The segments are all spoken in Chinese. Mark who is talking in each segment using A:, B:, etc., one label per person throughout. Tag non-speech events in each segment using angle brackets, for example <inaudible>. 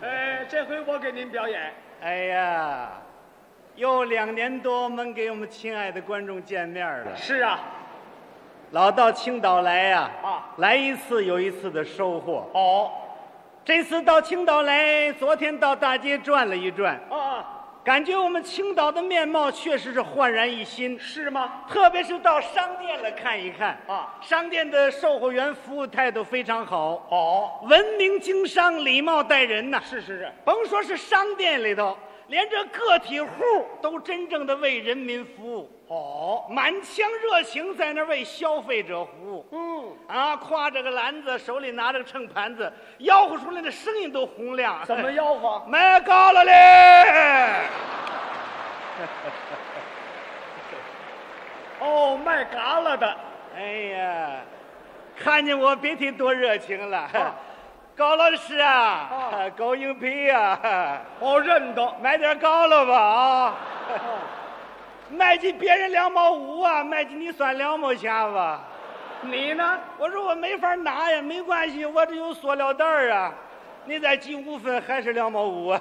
A: 呃这回我给您表演。
B: 哎呀，又两年多没给我们亲爱的观众见面了，
A: 是啊，
B: 老到青岛来呀、
A: 啊
B: 来一次有一次的收获。
A: 哦，
B: 这次到青岛来，昨天到大街转了一转，
A: 啊，
B: 感觉我们青岛的面貌确实是焕然一新，
A: 是吗？
B: 特别是到商店了看一看
A: 啊
B: 商店的售货员服务态度非常好，
A: 哦，
B: 文明经商，礼貌待人呐、
A: 是是是，
B: 甭说是商店里头，连这个体户都真正的为人民服务，
A: 哦，
B: 满腔热情在那儿为消费者服务。
A: 嗯，
B: 啊，挎着个篮子，手里拿着个秤盘子，吆喝出来的声音都洪亮。哎
A: 怎么吆喝？
B: 卖高了嘞？
A: 哦，卖嘎啦的，
B: 哎呀，看见我别提多热情了。
A: 啊
B: 高老师啊
A: 啊，
B: 高英皮呀，
A: 哦，认得。
B: 买点高了吧啊！
A: 哦
B: 卖给别人两毛五啊，卖给你算两毛钱吧。
A: 你呢？
B: 我说我没法拿呀，没关系，我这有塑料袋儿啊。你再挤五分还是两毛五啊？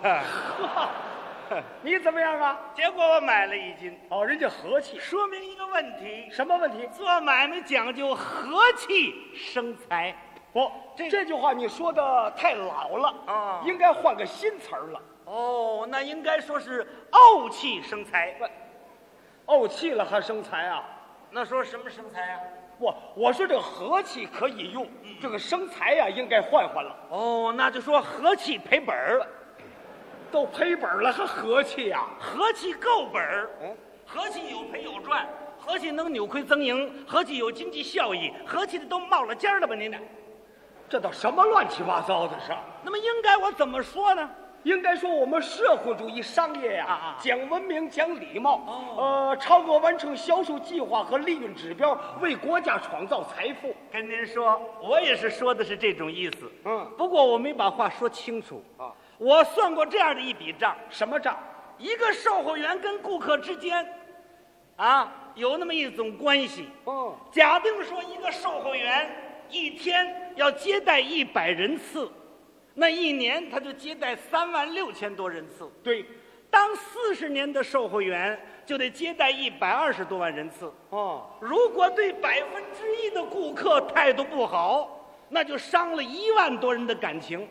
A: 你怎么样啊？
B: 结果我买了一斤，
A: 哦，人家和气。
B: 说明一个问题：
A: 什么问题？
B: 做买卖讲究和气生财。
A: 不，
B: 这
A: 这句话你说的太老了
B: 啊
A: 应该换个新词儿了。
B: 哦，那应该说是傲气生财。
A: 怄气了还生财啊？
B: 那说什么生财啊？
A: 我我说这个和气可以用，这个生财呀、应该换换了，
B: 哦，那就说和气赔本儿，
A: 都赔本了还和气呀、
B: 和气够本儿。
A: 嗯，
B: 和气有赔有赚，和气能扭亏增盈，和气有经济效益，和气的都冒了尖儿了吧您呢？
A: 这都什么乱七八糟的事儿？
B: 那么应该我怎么说呢？
A: 应该说我们社会主义商业呀、
B: 啊啊
A: 讲文明、讲礼貌，
B: 哦
A: 呃，超额完成销售计划和利润指标，为国家创造财富。
B: 跟您说，我也是说的是这种意思。
A: 嗯
B: 不过我没把话说清楚
A: 啊。
B: 我算过这样的一笔账：
A: 什么账？
B: 一个售货员跟顾客之间，啊，有那么一种关系。
A: 嗯，
B: 假定说一个售货员一天要接待一百人次，那一年他就接待三万六千多人次。
A: 对，
B: 当四十年的售货员就得接待一百二十多万人次。
A: 哦，
B: 如果对百分之一的顾客态度不好，那就伤了一万多人的感情。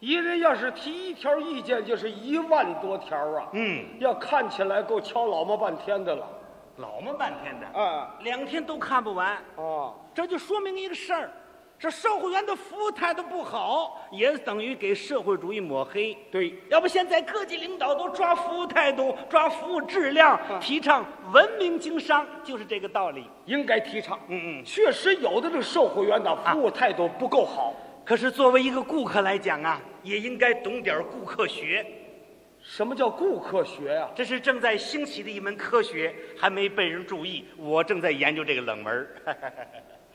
A: 一人要是提一条意见，就是一万多条啊。
B: 嗯，
A: 要看起来够敲老么半天的了。
B: 老么半天的，
A: 啊、
B: 两天都看不完，
A: 哦。
B: 这就说明一个事儿：这售货员的服务态度不好，也等于给社会主义抹黑。
A: 对，
B: 要不现在各级领导都抓服务态度、抓服务质量，提倡文明经商，就是这个道理。
A: 应该提倡。
B: 嗯嗯啊
A: 确实有的这售货员的服务态度不够好。
B: 可是作为一个顾客来讲啊，也应该懂点儿顾客学。
A: 什么叫顾客学呀、
B: 这是正在兴起的一门科学，还没被人注意。我正在研究这个冷门儿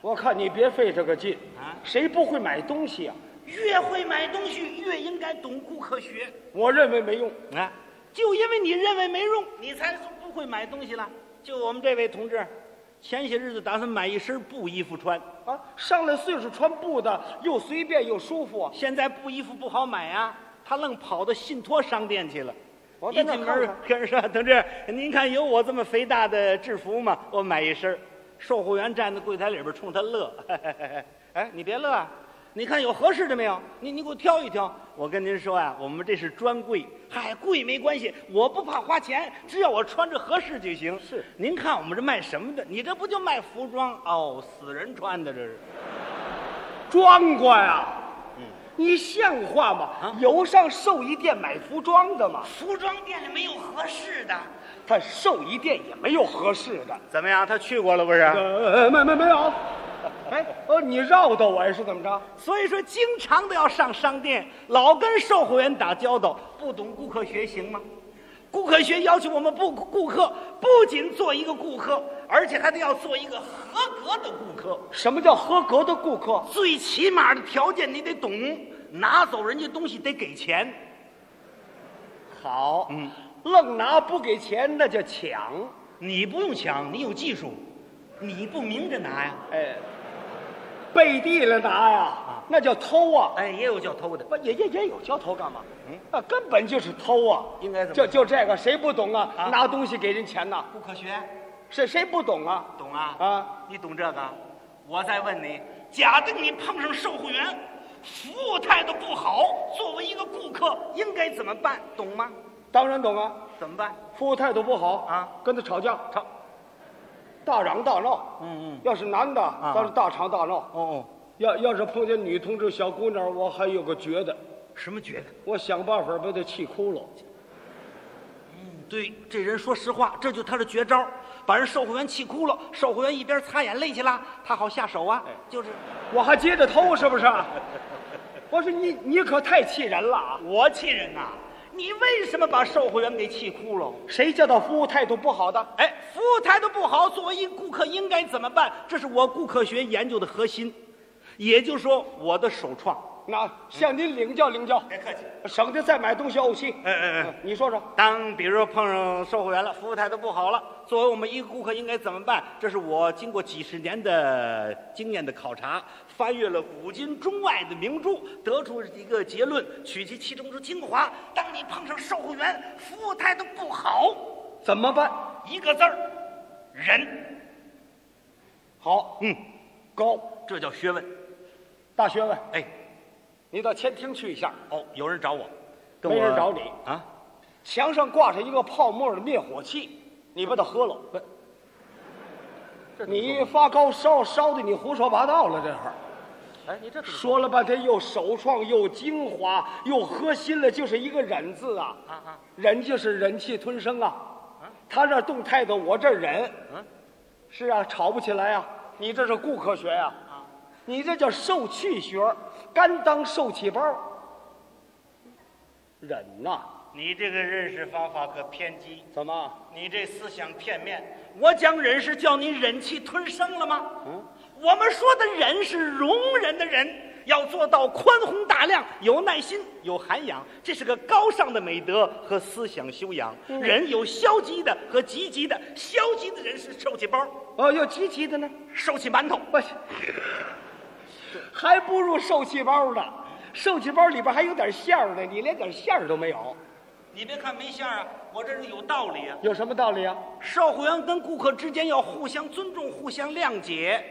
A: 我看你别费这个劲
B: 啊
A: 谁不会买东西啊？
B: 越会买东西，越应该懂顾客学
A: 我认为没用。
B: 啊！就因为你认为没用，你才说不会买东西了。就我们这位同志，前些日子打算买一身布衣服穿，
A: 啊，上了岁数穿布的又随便又舒服啊，
B: 现在布衣服不好买啊，他愣跑到信托商店去了。
A: 我
B: 一
A: 在那儿
B: 进门
A: 看
B: 儿
A: 看，
B: 跟人说：“同志，您看有我这么肥大的制服吗？我买一身儿。”售货员站在柜台里边儿冲他乐：“ <laughs> 哎，你别乐啊，你看有合适的没有？你你给我挑一挑。我跟您说啊，我们这是专柜，嗨，贵没关系，我不怕花钱，只要我穿着合适就行。
A: 是
B: 您看我们这卖什么的？你这不就卖服装哦，死人穿的这是。
A: 装过呀。你像话吗？有上寿衣店买服装的吗？
B: 服装店里没有合适的，
A: 他寿衣店也没有合适的。
B: 怎么样？他去过了不是？
A: 呃，没没没有。 <laughs> 哎，哦，你绕到我呀，是怎么着？
B: 所以说，经常都要上商店，老跟售货员打交道，不懂顾客学行吗？顾客学要求我们不顾客不仅做一个顾客，而且还得要做一个合格的顾客。
A: 什么叫合格的顾客？
B: 最起码的条件你得懂，拿走人家东西得给钱。
A: 好，嗯，愣拿不给钱那叫抢，
B: 你不用抢，你有技术，你不明着拿呀。
A: 哎，背地里拿呀，那叫偷啊！
B: 哎，也有叫偷的，
A: 不也也也有交头干嘛？
B: 嗯
A: 那根本就是偷啊！
B: 应该怎么
A: 就就这个谁不懂
B: 啊
A: 啊？拿东西给人钱呐，
B: 不科学，
A: 谁谁不懂啊？
B: 懂啊？
A: 啊，
B: 你懂这个？我再问你，假定你碰上售货员，服务态度不好，作为一个顾客应该怎么办？懂吗？
A: 当然懂啊，
B: 怎么办？
A: 服务态度不好
B: 啊，
A: 跟他吵架，
B: 吵，
A: 大嚷大闹。
B: 嗯嗯，
A: 要是男的，倒是大吵大闹；
B: 哦哦，
A: 要要是碰见女同志、小姑娘，我还有个觉得，
B: 什么觉得？
A: 我想办法把她气哭了。
B: 对，这人说实话，这就是他的绝招，把人售货员气哭了。售货员一边擦眼泪去了，他好下手啊。就是
A: 我还接着偷，是不是？ <laughs> 我说你你可太气人了啊！
B: 我气人呐、你为什么把售货员给气哭了？
A: 谁叫他服务态度不好的？
B: 哎，服务态度不好，作为一顾客应该怎么办？这是我顾客学研究的核心，也就是说我的首创。
A: 那向您领教领教，
B: 别客气。
A: 省得再买东西怄气。嗯
B: 哎哎哎，
A: 你说说，
B: 当比如说碰上售货员了，服务态度不好了，作为我们一个顾客应该怎么办？这是我经过几十年的经验的考察，翻阅了古今中外的名著，得出一个结论，取其其中之精华。当你碰上售货员服务态度不好，
A: 怎么办？
B: 一个字儿，忍。
A: 好，
B: 嗯，
A: 高
B: 这叫学问。
A: 大学问，
B: 哎，
A: 你到前厅去一下，
B: 哦，有人找我，
A: 没人找你。
B: 啊？
A: 墙上挂着一个泡沫的灭火器，你把它喝了。你发高烧，烧的你胡说八道了，这会儿。
B: 哎，你这
A: 说了半天又首创又精华又核心了，就是一个忍字啊！
B: 啊啊，
A: 忍就是忍气吞声啊！他这儿动态度，我这儿忍。
B: 嗯
A: 是啊，吵不起来啊！你这是顾客学呀、
B: 啊
A: 你这叫受气学，甘当受气包。忍呐、
B: 你这个认识方法可偏激，
A: 怎么？
B: 你这思想片面。我讲忍是叫你忍气吞声了吗？
A: 嗯，
B: 我们说的忍是容忍的忍，要做到宽宏大量、有耐心、有涵养，这是个高尚的美德和思想修养。人有消极的和积极的，消极的人是受气包、
A: 哦，要积极的呢？
B: 受气馒头。
A: 我去，还不如受气包呢。受气包里边还有点馅儿呢，你连点馅儿都没有，
B: 你别看没馅儿啊，我这是有道理啊。
A: 有什么道理啊？
B: 售货员跟顾客之间要互相尊重、互相谅解，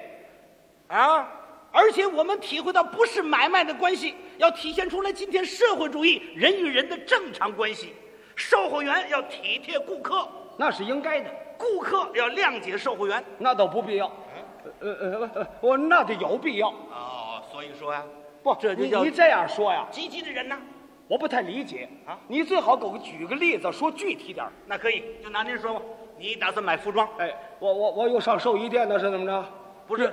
B: 啊！而且我们体会到不是买卖的关系，要体现出来今天社会主义人与人的正常关系。售货员要体贴顾客，
A: 那是应该的，
B: 顾客要谅解售货员。
A: 那倒不必要。呃呃呃，我那得有必要。
B: 哦，所以说啊，
A: 不，
B: 这就
A: 你
B: 叫
A: 你这样说呀，
B: 积极的人呢，
A: 我不太理解
B: 啊
A: 你最好给我举个例子，说具体点儿。
B: 那可以，就拿您说吧，你打算买服装？
A: 哎，我我我又上寿衣店呢，是怎么着？
B: 不是，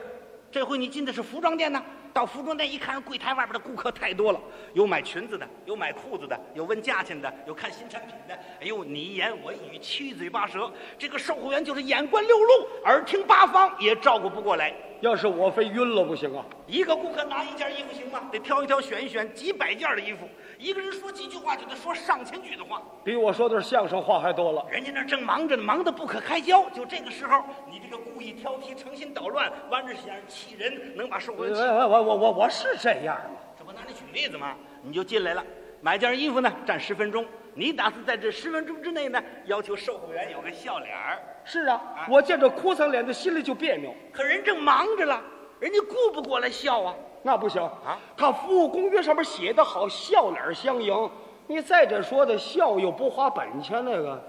B: 这回你进的是服装店呢。到服装店一看，柜台外边的顾客太多了，有买裙子的，有买裤子的，有问价钱的，有看新产品的。哎呦，你一言我一语，七嘴八舌。这个售货员就是眼观六路，耳听八方，也照顾不过来。
A: 要是我非晕了不行啊！
B: 一个顾客拿一件衣服行吗？得挑一挑，选一选，几百件的衣服。一个人说几句话，就得说上千句的话。
A: 比我说的相声话还多了。
B: 人家那儿正忙着呢，忙得不可开交。就这个时候，你这个故意挑剔、诚心捣乱，完着想气人，能把售货
A: 我
B: 员气
A: 呃我我我我我是这样吗？
B: 这不拿你举例子吗？你就进来了，买件衣服呢，站十分钟。你打算在这十分钟之内呢，要求售货员有个笑脸儿。
A: 是啊，我见着哭丧脸的心里就别扭，
B: 可人正忙着了，人家顾不过来笑啊。
A: 那不行啊！他服务公约上面写的好，笑脸相迎。你再者说的笑又不花本钱那个，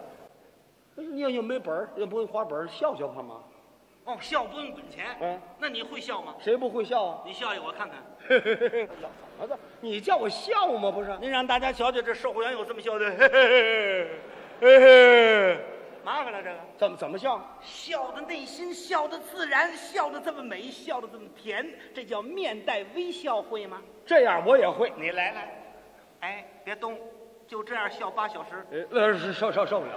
A: 你又没本儿，又不会花本儿，笑笑干嘛？
B: 哦，笑不用本钱。
A: 嗯，
B: 那你会笑吗？
A: 谁不会笑啊？ <laughs>
B: 你笑一个我看看。
A: 儿子，你叫我笑吗？不是，
B: 您让大家瞧瞧，这售货员有这么笑的， <laughs> 嘿嘿嘿嘿嘿，麻烦了这个。
A: 怎么怎么笑？
B: 笑的内心，笑的自然，笑的这么美，笑的这么甜，这叫面带微笑，会吗？
A: 这样我也会。
B: 你来来，哎，别动，就这样笑八小时。
A: 呃呃，是受受受不了，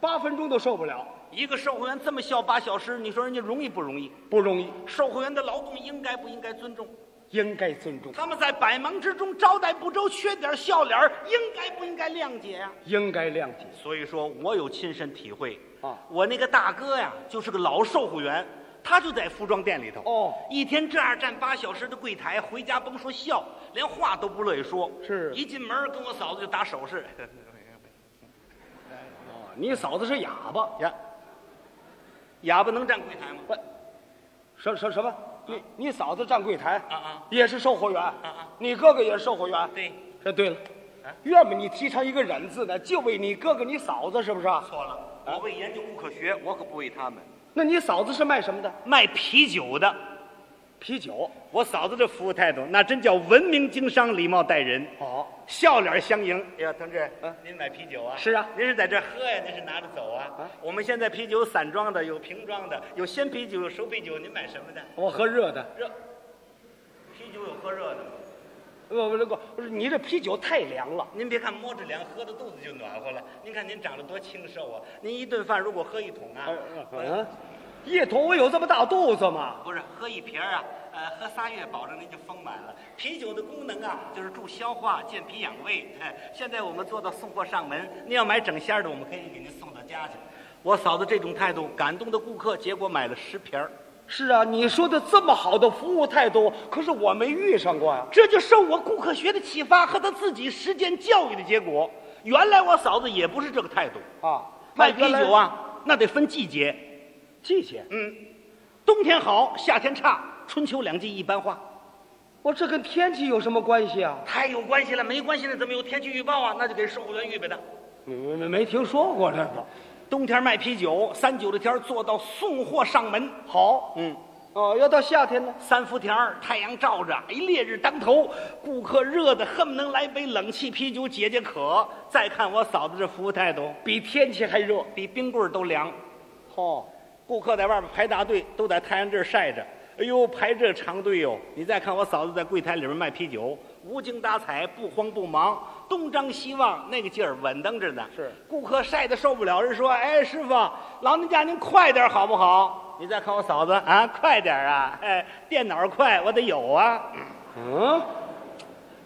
A: 八分钟都受不了，
B: 一个售货员这么笑八小时，你说人家容易不容易？
A: 不容易，
B: 售货员的劳动应该不应该尊重？
A: 应该尊重，
B: 他们在百忙之中招待不周，缺点笑脸儿，应该不应该谅解呀、
A: 应该谅解。
B: 所以说我有亲身体会
A: 啊
B: 我那个大哥呀，就是个老售货员，他就在服装店里头。
A: 哦
B: 一天这样站八小时的柜台，回家甭说笑，连话都不乐意说。
A: 是
B: 一进门跟我嫂子就打手 <laughs> 势。
A: 哦你嫂子是哑巴，
B: 呀，哑巴能站柜台吗？
A: 什什什么？你你嫂子站柜台，
B: 啊啊
A: 也是售货员，
B: 啊
A: 你哥哥也是售货员。
B: 对，
A: 这对了
B: 啊，
A: 愿么你提倡一个忍字呢，就为你哥哥、你嫂子，是不是啊？
B: 错了，我为研究顾客学，我可不为他们。
A: 那你嫂子是卖什么的？
B: 卖啤酒的，
A: 啤酒。
B: 我嫂子这服务态度，那真叫文明经商，礼貌待人，
A: 好、
B: 笑脸相迎。哎呀，同志，您买啤酒啊？
A: 是啊
B: 您是在这儿喝呀？您是拿着走啊？我们现在啤酒有散装的，有瓶装的，有鲜啤酒，有熟啤酒，您买什么的？
A: 我喝热的。
B: 热，啤酒有喝热的吗？
A: 不不不，不是你这啤酒太凉了。
B: 您别看摸着凉，喝到肚子就暖和了。您看您长得多清瘦啊！您一顿饭如果喝一桶啊，
A: 嗯，叶童，我有这么大肚子吗？
B: 不是喝一瓶儿啊，呃，喝仨月保证您就丰满了。啤酒的功能啊，就是助消化、健脾养胃。 <laughs> 哎，现在我们做到送货上门，您要买整箱的，我们可以给您送到家去。我嫂子这种态度感动的顾客，结果买了十瓶儿
A: 是啊，你说的这么好的服务态度，可是我没遇上过呀、
B: 这就受我顾客学的启发和他自己实践教育的结果。原来我嫂子也不是这个态度，
A: 啊。
B: 卖
A: 那
B: 啤
A: 原来
B: 酒，啊，那得分季节，嗯
A: 季节，
B: 冬天好，夏天差，春秋两季一般化。
A: 我这跟天气有什么关系啊？
B: 太有关系了，没关系了，怎么有天气预报啊？那就给售货员预备的。
A: 没没没听说过这个。
B: 冬天卖啤酒，三九的天儿做到送货上门。
A: 好，
B: 嗯，
A: 哦，要到夏天呢，
B: 三伏天儿太阳照着，哎，烈日当头，顾客热的恨不能来杯冷气啤酒解解渴。再看我嫂子这服务态度，
A: 比天气还热。
B: 比冰棍儿都凉。
A: 哦，
B: 顾客在外边排大队，都在太阳这儿晒着。哎呦，排这长队哟！你再看我嫂子在柜台里边卖啤酒，无精打采，不慌不忙，东张西望，那个劲儿稳当着呢。
A: 是
B: 顾客晒得受不了，人说：“哎，师傅，老人家您快点儿好不好？”你再看我嫂子啊，快点儿啊！哎，电脑快，我得有啊。
A: 嗯，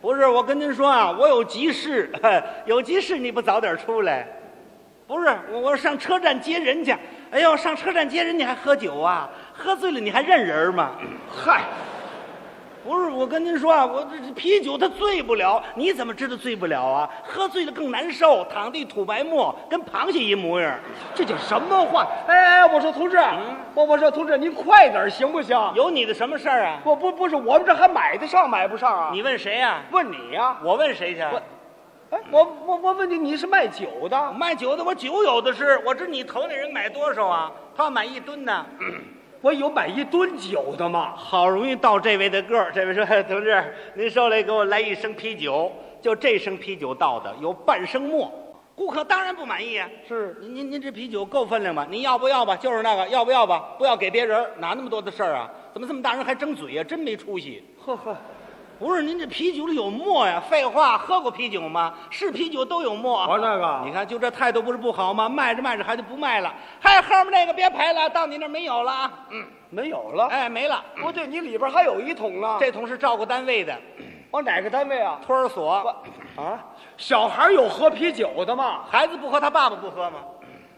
B: 不是，我跟您说啊，我有急事， <laughs> 有急事你不早点出来？不是，我我上车站接人去。哎呦，上车站接人你还喝酒啊？喝醉了你还认人吗？
A: 嗨，
B: 不是，我跟您说啊，我这这啤酒它醉不了，你怎么知道醉不了啊？喝醉了更难受，躺地吐白沫，跟螃蟹一模样。
A: 这叫什么话？哎，我说同志，
B: 嗯
A: 我我说同志，您快点儿行不行？
B: 有你的什么事儿啊？
A: 我不不是，我们这还买得上买不上啊？
B: 你问谁呀、
A: 问你呀、
B: 我问谁去？
A: 我哎，我我我问你，你是卖酒的？
B: 卖酒的我酒有的是，我知你头那人买多少啊？他要买一吨呢。
A: 我有买一吨酒的吗？
B: 啊好容易到这位的个儿，这位说：“ <laughs> 同志，您受累给我来一升啤酒。”就这升啤酒到的，有半升沫。顾客当然不满意啊。
A: 是，
B: 您您您这啤酒够分量吗？您要不要吧？就是那个，要不要吧？不要给别人儿，哪那么多的事儿啊？怎么这么大人还争嘴呀、啊真没出息！
A: 呵呵，
B: 不是您这啤酒里有沫呀、废话，喝过啤酒吗？是啤酒都有沫。啊
A: 我那个，
B: 你看，就这态度不是不好吗？卖着卖着还就不卖了。嗨，后面那个别排了，到你那儿没有了啊！嗯，
A: 没有了。
B: 哎，没了。
A: 不对，你里边还有一桶呢。
B: 这桶是照顾单位的，
A: 往哪个单位啊？
B: 托儿所，
A: 我啊，小孩有喝啤酒的吗？
B: 孩子不喝，他爸爸不喝吗？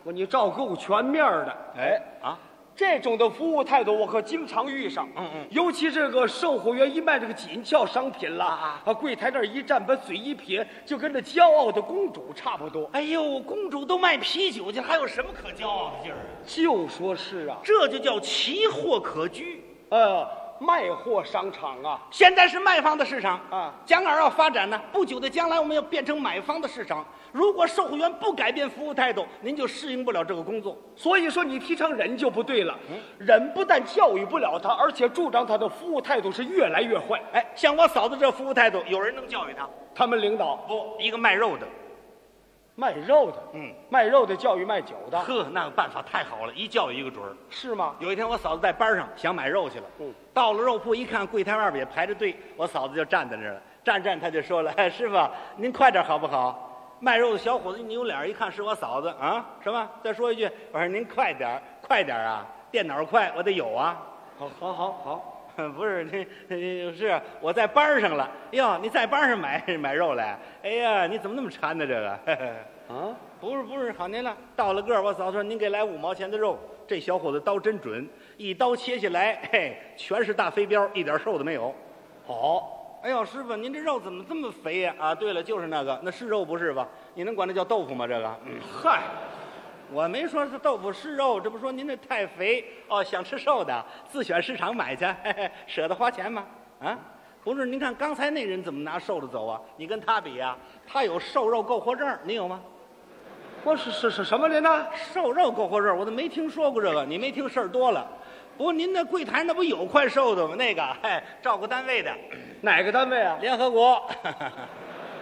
A: 我你照顾全面的。
B: 哎啊，
A: 这种的服务态度，我可经常遇上。
B: 嗯嗯，
A: 尤其这个售货员一卖这个紧俏商品了
B: 啊
A: 啊，柜台那儿一站，把嘴一撇，就跟那骄傲的公主差不多。
B: 哎呦，公主都卖啤酒去，还有什么可骄傲的劲儿啊？
A: 就说是啊，
B: 这就叫奇货可居。
A: 呃，卖货商场啊，
B: 现在是卖方的市场
A: 啊
B: 蒋杆儿要发展呢，不久的将来我们要变成买方的市场。如果售货员不改变服务态度，您就适应不了这个工作。
A: 所以说你提倡忍就不对了。
B: 嗯
A: 忍不但教育不了他，而且助长他的服务态度是越来越坏。
B: 哎，像我嫂子这服务态度，有人能教育她？
A: 他们领导
B: 不，一个卖肉的，
A: 卖肉的，
B: 嗯，
A: 卖肉的教育卖酒的，
B: 呵，那个办法太好了，一教育一个准儿。
A: 是吗？
B: 有一天，我嫂子在班上想买肉去了，
A: 嗯
B: 到了肉铺一看，柜台外边也排着队，我嫂子就站在那儿了，站站她就说了：“ <laughs> 哎、师傅，您快点好不好？”卖肉的小伙子一扭脸儿一看是我嫂子啊，什么？再说一句，我说您快点儿快点儿啊，电脑快，我得有啊。
A: 好，好，好，好，
B: <laughs> 不是，您您是我在班上了。哟，你在班上买买肉来？哎呀，你怎么那么馋呢？这个。 <laughs>
A: 啊，
B: 不是不是，好您了，到了个儿，我嫂子说您给来五毛钱的肉，这小伙子刀真准，一刀切下来，嘿，全是大肥膘，一点瘦的没有。好，哎呦，师傅，您这肉怎么这么肥呀、啊？对了，就是那个，那是肉不是吧？你能管那叫豆腐吗？这个，嗯
A: 嗨，
B: 我没说是豆腐是肉，这不说您这太肥哦，想吃瘦的，自选市场买去，嘿嘿，舍得花钱吗？啊，不是，您看刚才那人怎么拿瘦的走啊？你跟他比呀、他有瘦肉购货证，你有吗？
A: 我是是是什么人呢？
B: 瘦肉购货证，我都没听说过这个，你没听事儿多了。不过您那柜台那不有块瘦的吗？那个， <laughs> 哎，照顾单位的，
A: 哪个单位啊？
B: 联合国，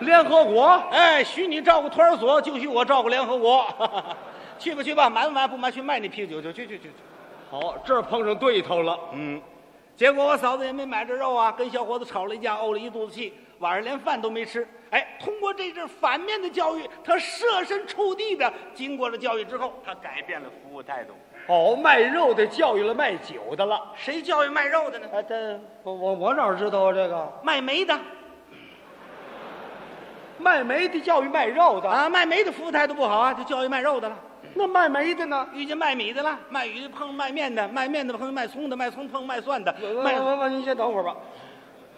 A: 联合国。
B: <laughs> 哎，许你照顾托儿所，就许我照顾联合国。 <laughs> 去吧去吧，瞒不瞒不瞒，去卖那啤酒去去去去去。
A: 好，这儿碰上对头了。
B: 嗯，结果我嫂子也没买着肉啊，跟小伙子吵了一架，怄了一肚子气，晚上连饭都没吃。哎，通过这阵反面的教育，他设身处地的经过了教育之后，他改变了服务态度。
A: 哦，卖肉的教育了卖酒的了。
B: 谁教育卖肉的呢？
A: 哎，这我我我哪知道啊？这个
B: 卖煤的
A: 卖煤的教育卖肉的，
B: 啊，卖煤的服务态度不好啊，就教育卖肉的了。
A: 那卖煤的呢？
B: 遇见卖米的了，卖鱼碰卖面的，卖面的碰卖葱的，卖葱碰卖蒜的，卖
A: 我我您先等会儿吧。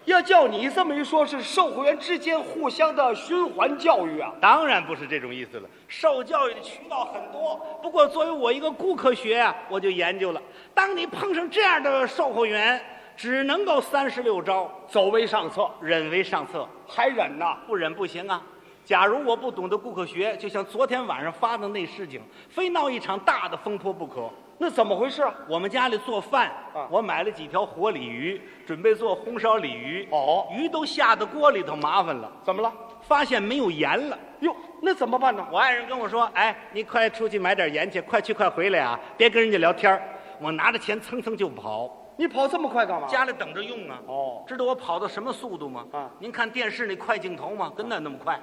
A: 要叫你这么一说，是售货员之间互相的循环教育啊。
B: 当然不是这种意思了。受教育的渠道很多，不过作为我一个顾客学啊，我就研究了。当你碰上这样的售货员，只能够三十六招，
A: 走为上策，
B: 忍为上策，
A: 还忍呐？
B: 不忍不行啊。假如我不懂得顾客学，就像昨天晚上发的那事情，非闹一场大的风波不可。
A: 那怎么回事啊？
B: 我们家里做饭，
A: 啊
B: 我买了几条活鲤鱼，准备做红烧鲤鱼。
A: 哦
B: 鱼都下到锅里头，麻烦了，
A: 怎么了？
B: 发现没有盐了。
A: 哟，那怎么办呢？
B: 我爱人跟我说：“哎，你快出去买点盐去，快去快回来啊，别跟人家聊天儿我拿着钱蹭蹭就跑，
A: 你跑这么快干嘛？
B: 家里等着用啊。
A: 哦，
B: 知道我跑到什么速度吗？
A: 啊
B: 您看电视那快镜头吗？跟那那么快。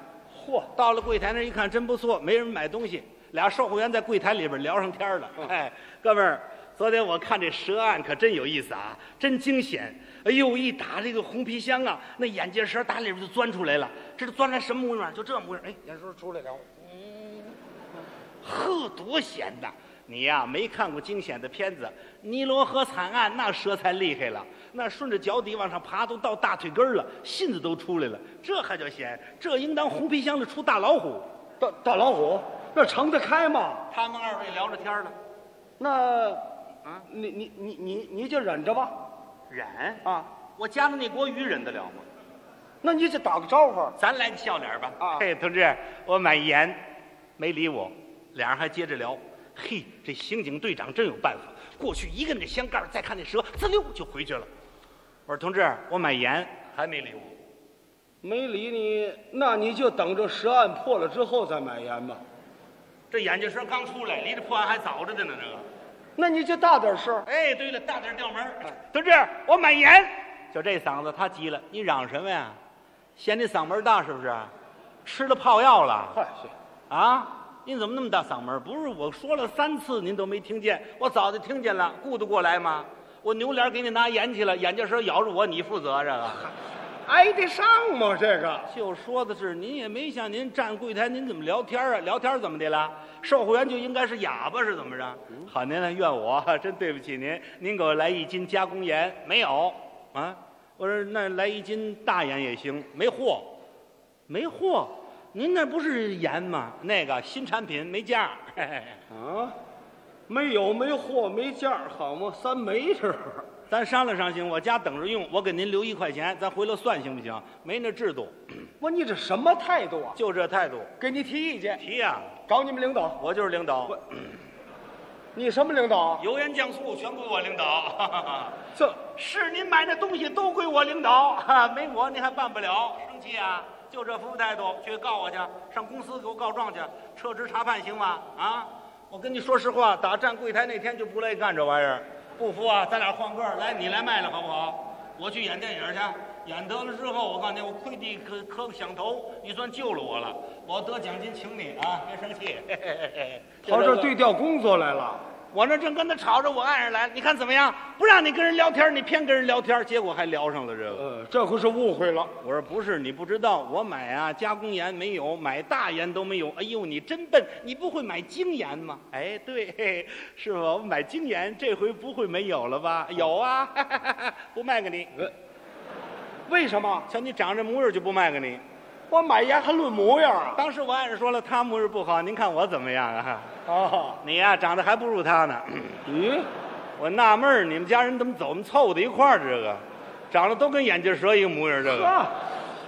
A: 嚯，
B: 到了柜台那儿一看，真不错，没人买东西。俩售货员在柜台里边聊上天儿了。哎，哥们儿，昨天我看这蛇案可真有意思啊，真惊险。哎呦，一打这个红皮箱啊，那眼镜蛇打里边就钻出来了。这是钻出来什么模样？就这模样。哎，眼神出来了。呵，多险呐！你呀、没看过惊险的片子，《尼罗河惨案》那蛇才厉害了，那顺着脚底往上爬，都到大腿根儿了，信子都出来了，这还叫险？这应当红皮箱里出大老虎。
A: 大大老虎，那盛得开吗？
B: 他们二位聊着天呢，
A: 那，
B: 啊，
A: 你你你你你就忍着吧。
B: 忍？
A: 啊，
B: 哦我家的那锅鱼忍得了吗？
A: 那你就打个招呼。
B: 咱来个笑脸吧。
A: 啊
B: 嘿，同志，我买盐，没理我，俩人还接着聊。嘿，这刑警队长真有办法，过去一个那箱盖儿，再看那蛇，滋溜就回去了。我说同志，我买盐，还没理我。
A: 没理你，那你就等着蛇案破了之后再买烟吧。
B: 这眼镜蛇刚出来，离这破案还早着呢。这
A: 那你就大点声。
B: 个，哎，对了，大点调门儿。同志，我买盐。就这嗓子，他急了，你嚷什么呀？嫌你嗓门大是不是？吃了泡药了？
A: 嗨，
B: 啊！您怎么那么大嗓门儿？不是我说了三次您都没听见，我早就听见了，顾得过来吗？我扭脸给你拿盐去了，眼镜蛇咬着我，你负责这啊个。
A: 挨得上吗？这个
B: 就说的是您也没像您站柜台，您怎么聊天啊？聊天怎么的了？售货员就应该是哑巴是怎么着？好，您来怨我，真对不起您。您给我来一斤加工盐，没有啊？我说那来一斤大盐也行，没货，没货。您那不是盐吗？那个新产品没价 <laughs> 儿。嘿嘿嘿
A: 啊，没有没货没价儿好吗？三没这儿
B: 咱商量商量行，我家等着用，我给您留一块钱，咱回来算行不行？没那制度，
A: 我你这什么态度啊？
B: 就这态度。
A: 给你提意见，
B: 提呀、
A: 找你们领导。
B: 我就是领导。
A: 你什么领导啊？
B: 油盐酱醋全归我领导， <laughs>
A: 这
B: 是您买的东西都归我领导， <laughs> 哈，没我您还办不了，生气啊！就这服务态度，去告我去，上公司给我告状去，撤职查办行吗？啊！我跟你说实话，打站柜台那天就不乐意干这玩意儿，不服啊，咱俩换个儿，来你来卖了好不好？我去演电影去，演得了之后，我告诉你，我跪地磕磕个响头，你算救了我了。我得奖金请你啊，别生气。嘿嘿嘿嘿 <laughs>
A: 跑这儿
B: 就个
A: 对调工作来了。
B: 我那正跟他吵着，我爱人来了，你看怎么样？不让你跟人聊天，你偏跟人聊天，结果还聊上了这个。
A: 呃，这回是误会了。
B: 我说不是，你不知道，我买啊加工盐没有，买大盐都没有。哎呦，你真笨，你不会买精盐吗？哎，对，嘿师傅，我买精盐，这回不会没有了吧？有啊， <laughs> 不卖给你，
A: 为什么？
B: 瞧你长这模样就不卖给你。
A: 我买盐还论模样啊？
B: 当时我爱人说了，他模样不好，您看我怎么样啊？
A: 哦，
B: 你呀、长得还不如他呢。
A: 咦，
B: 我纳闷儿，你们家人怎么走，我们凑到一块儿这个，长得都跟眼镜蛇一个模样儿这个。
A: 啊，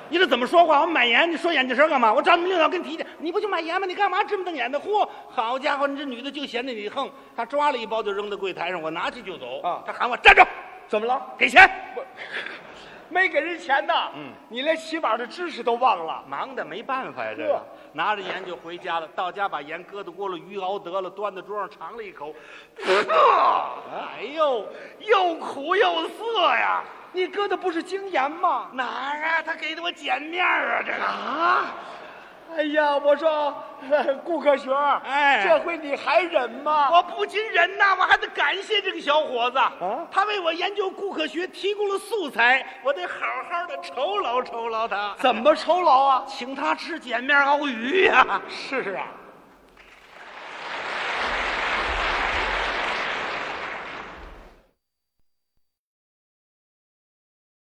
B: 你这怎么说话？我买盐，你说眼镜蛇干嘛？我找你们领导跟你提提，你不就买盐吗？你干嘛这么瞪眼的？嚯，好家伙，你这女的就嫌弃你横，她抓了一包就扔在柜台上，我拿起就走。
A: 啊
B: 她喊我站住，
A: 怎么了？
B: 给钱。
A: 没给人钱呐？嗯，你连起码的知识都忘了。
B: 忙的没办法呀，这
A: 呵
B: 个拿着盐就回家了。到家把盐搁到锅里，鱼熬得了，端到桌上尝了一口， <laughs> 哎呦，又苦又涩呀！
A: 你搁的不是精盐吗？
B: 哪儿啊？他给的我碱面儿啊，这个
A: 啊！哎呀，我说 <laughs> 顾克学，
B: 哎
A: 这回你还忍吗？
B: 我不仅忍呐，我还得感谢这个小伙子
A: 啊
B: 他为我研究顾客学提供了素材，我得好好的酬劳酬劳他，
A: 怎么酬劳啊？
B: 请他吃碱面熬鱼呀、
A: 是啊，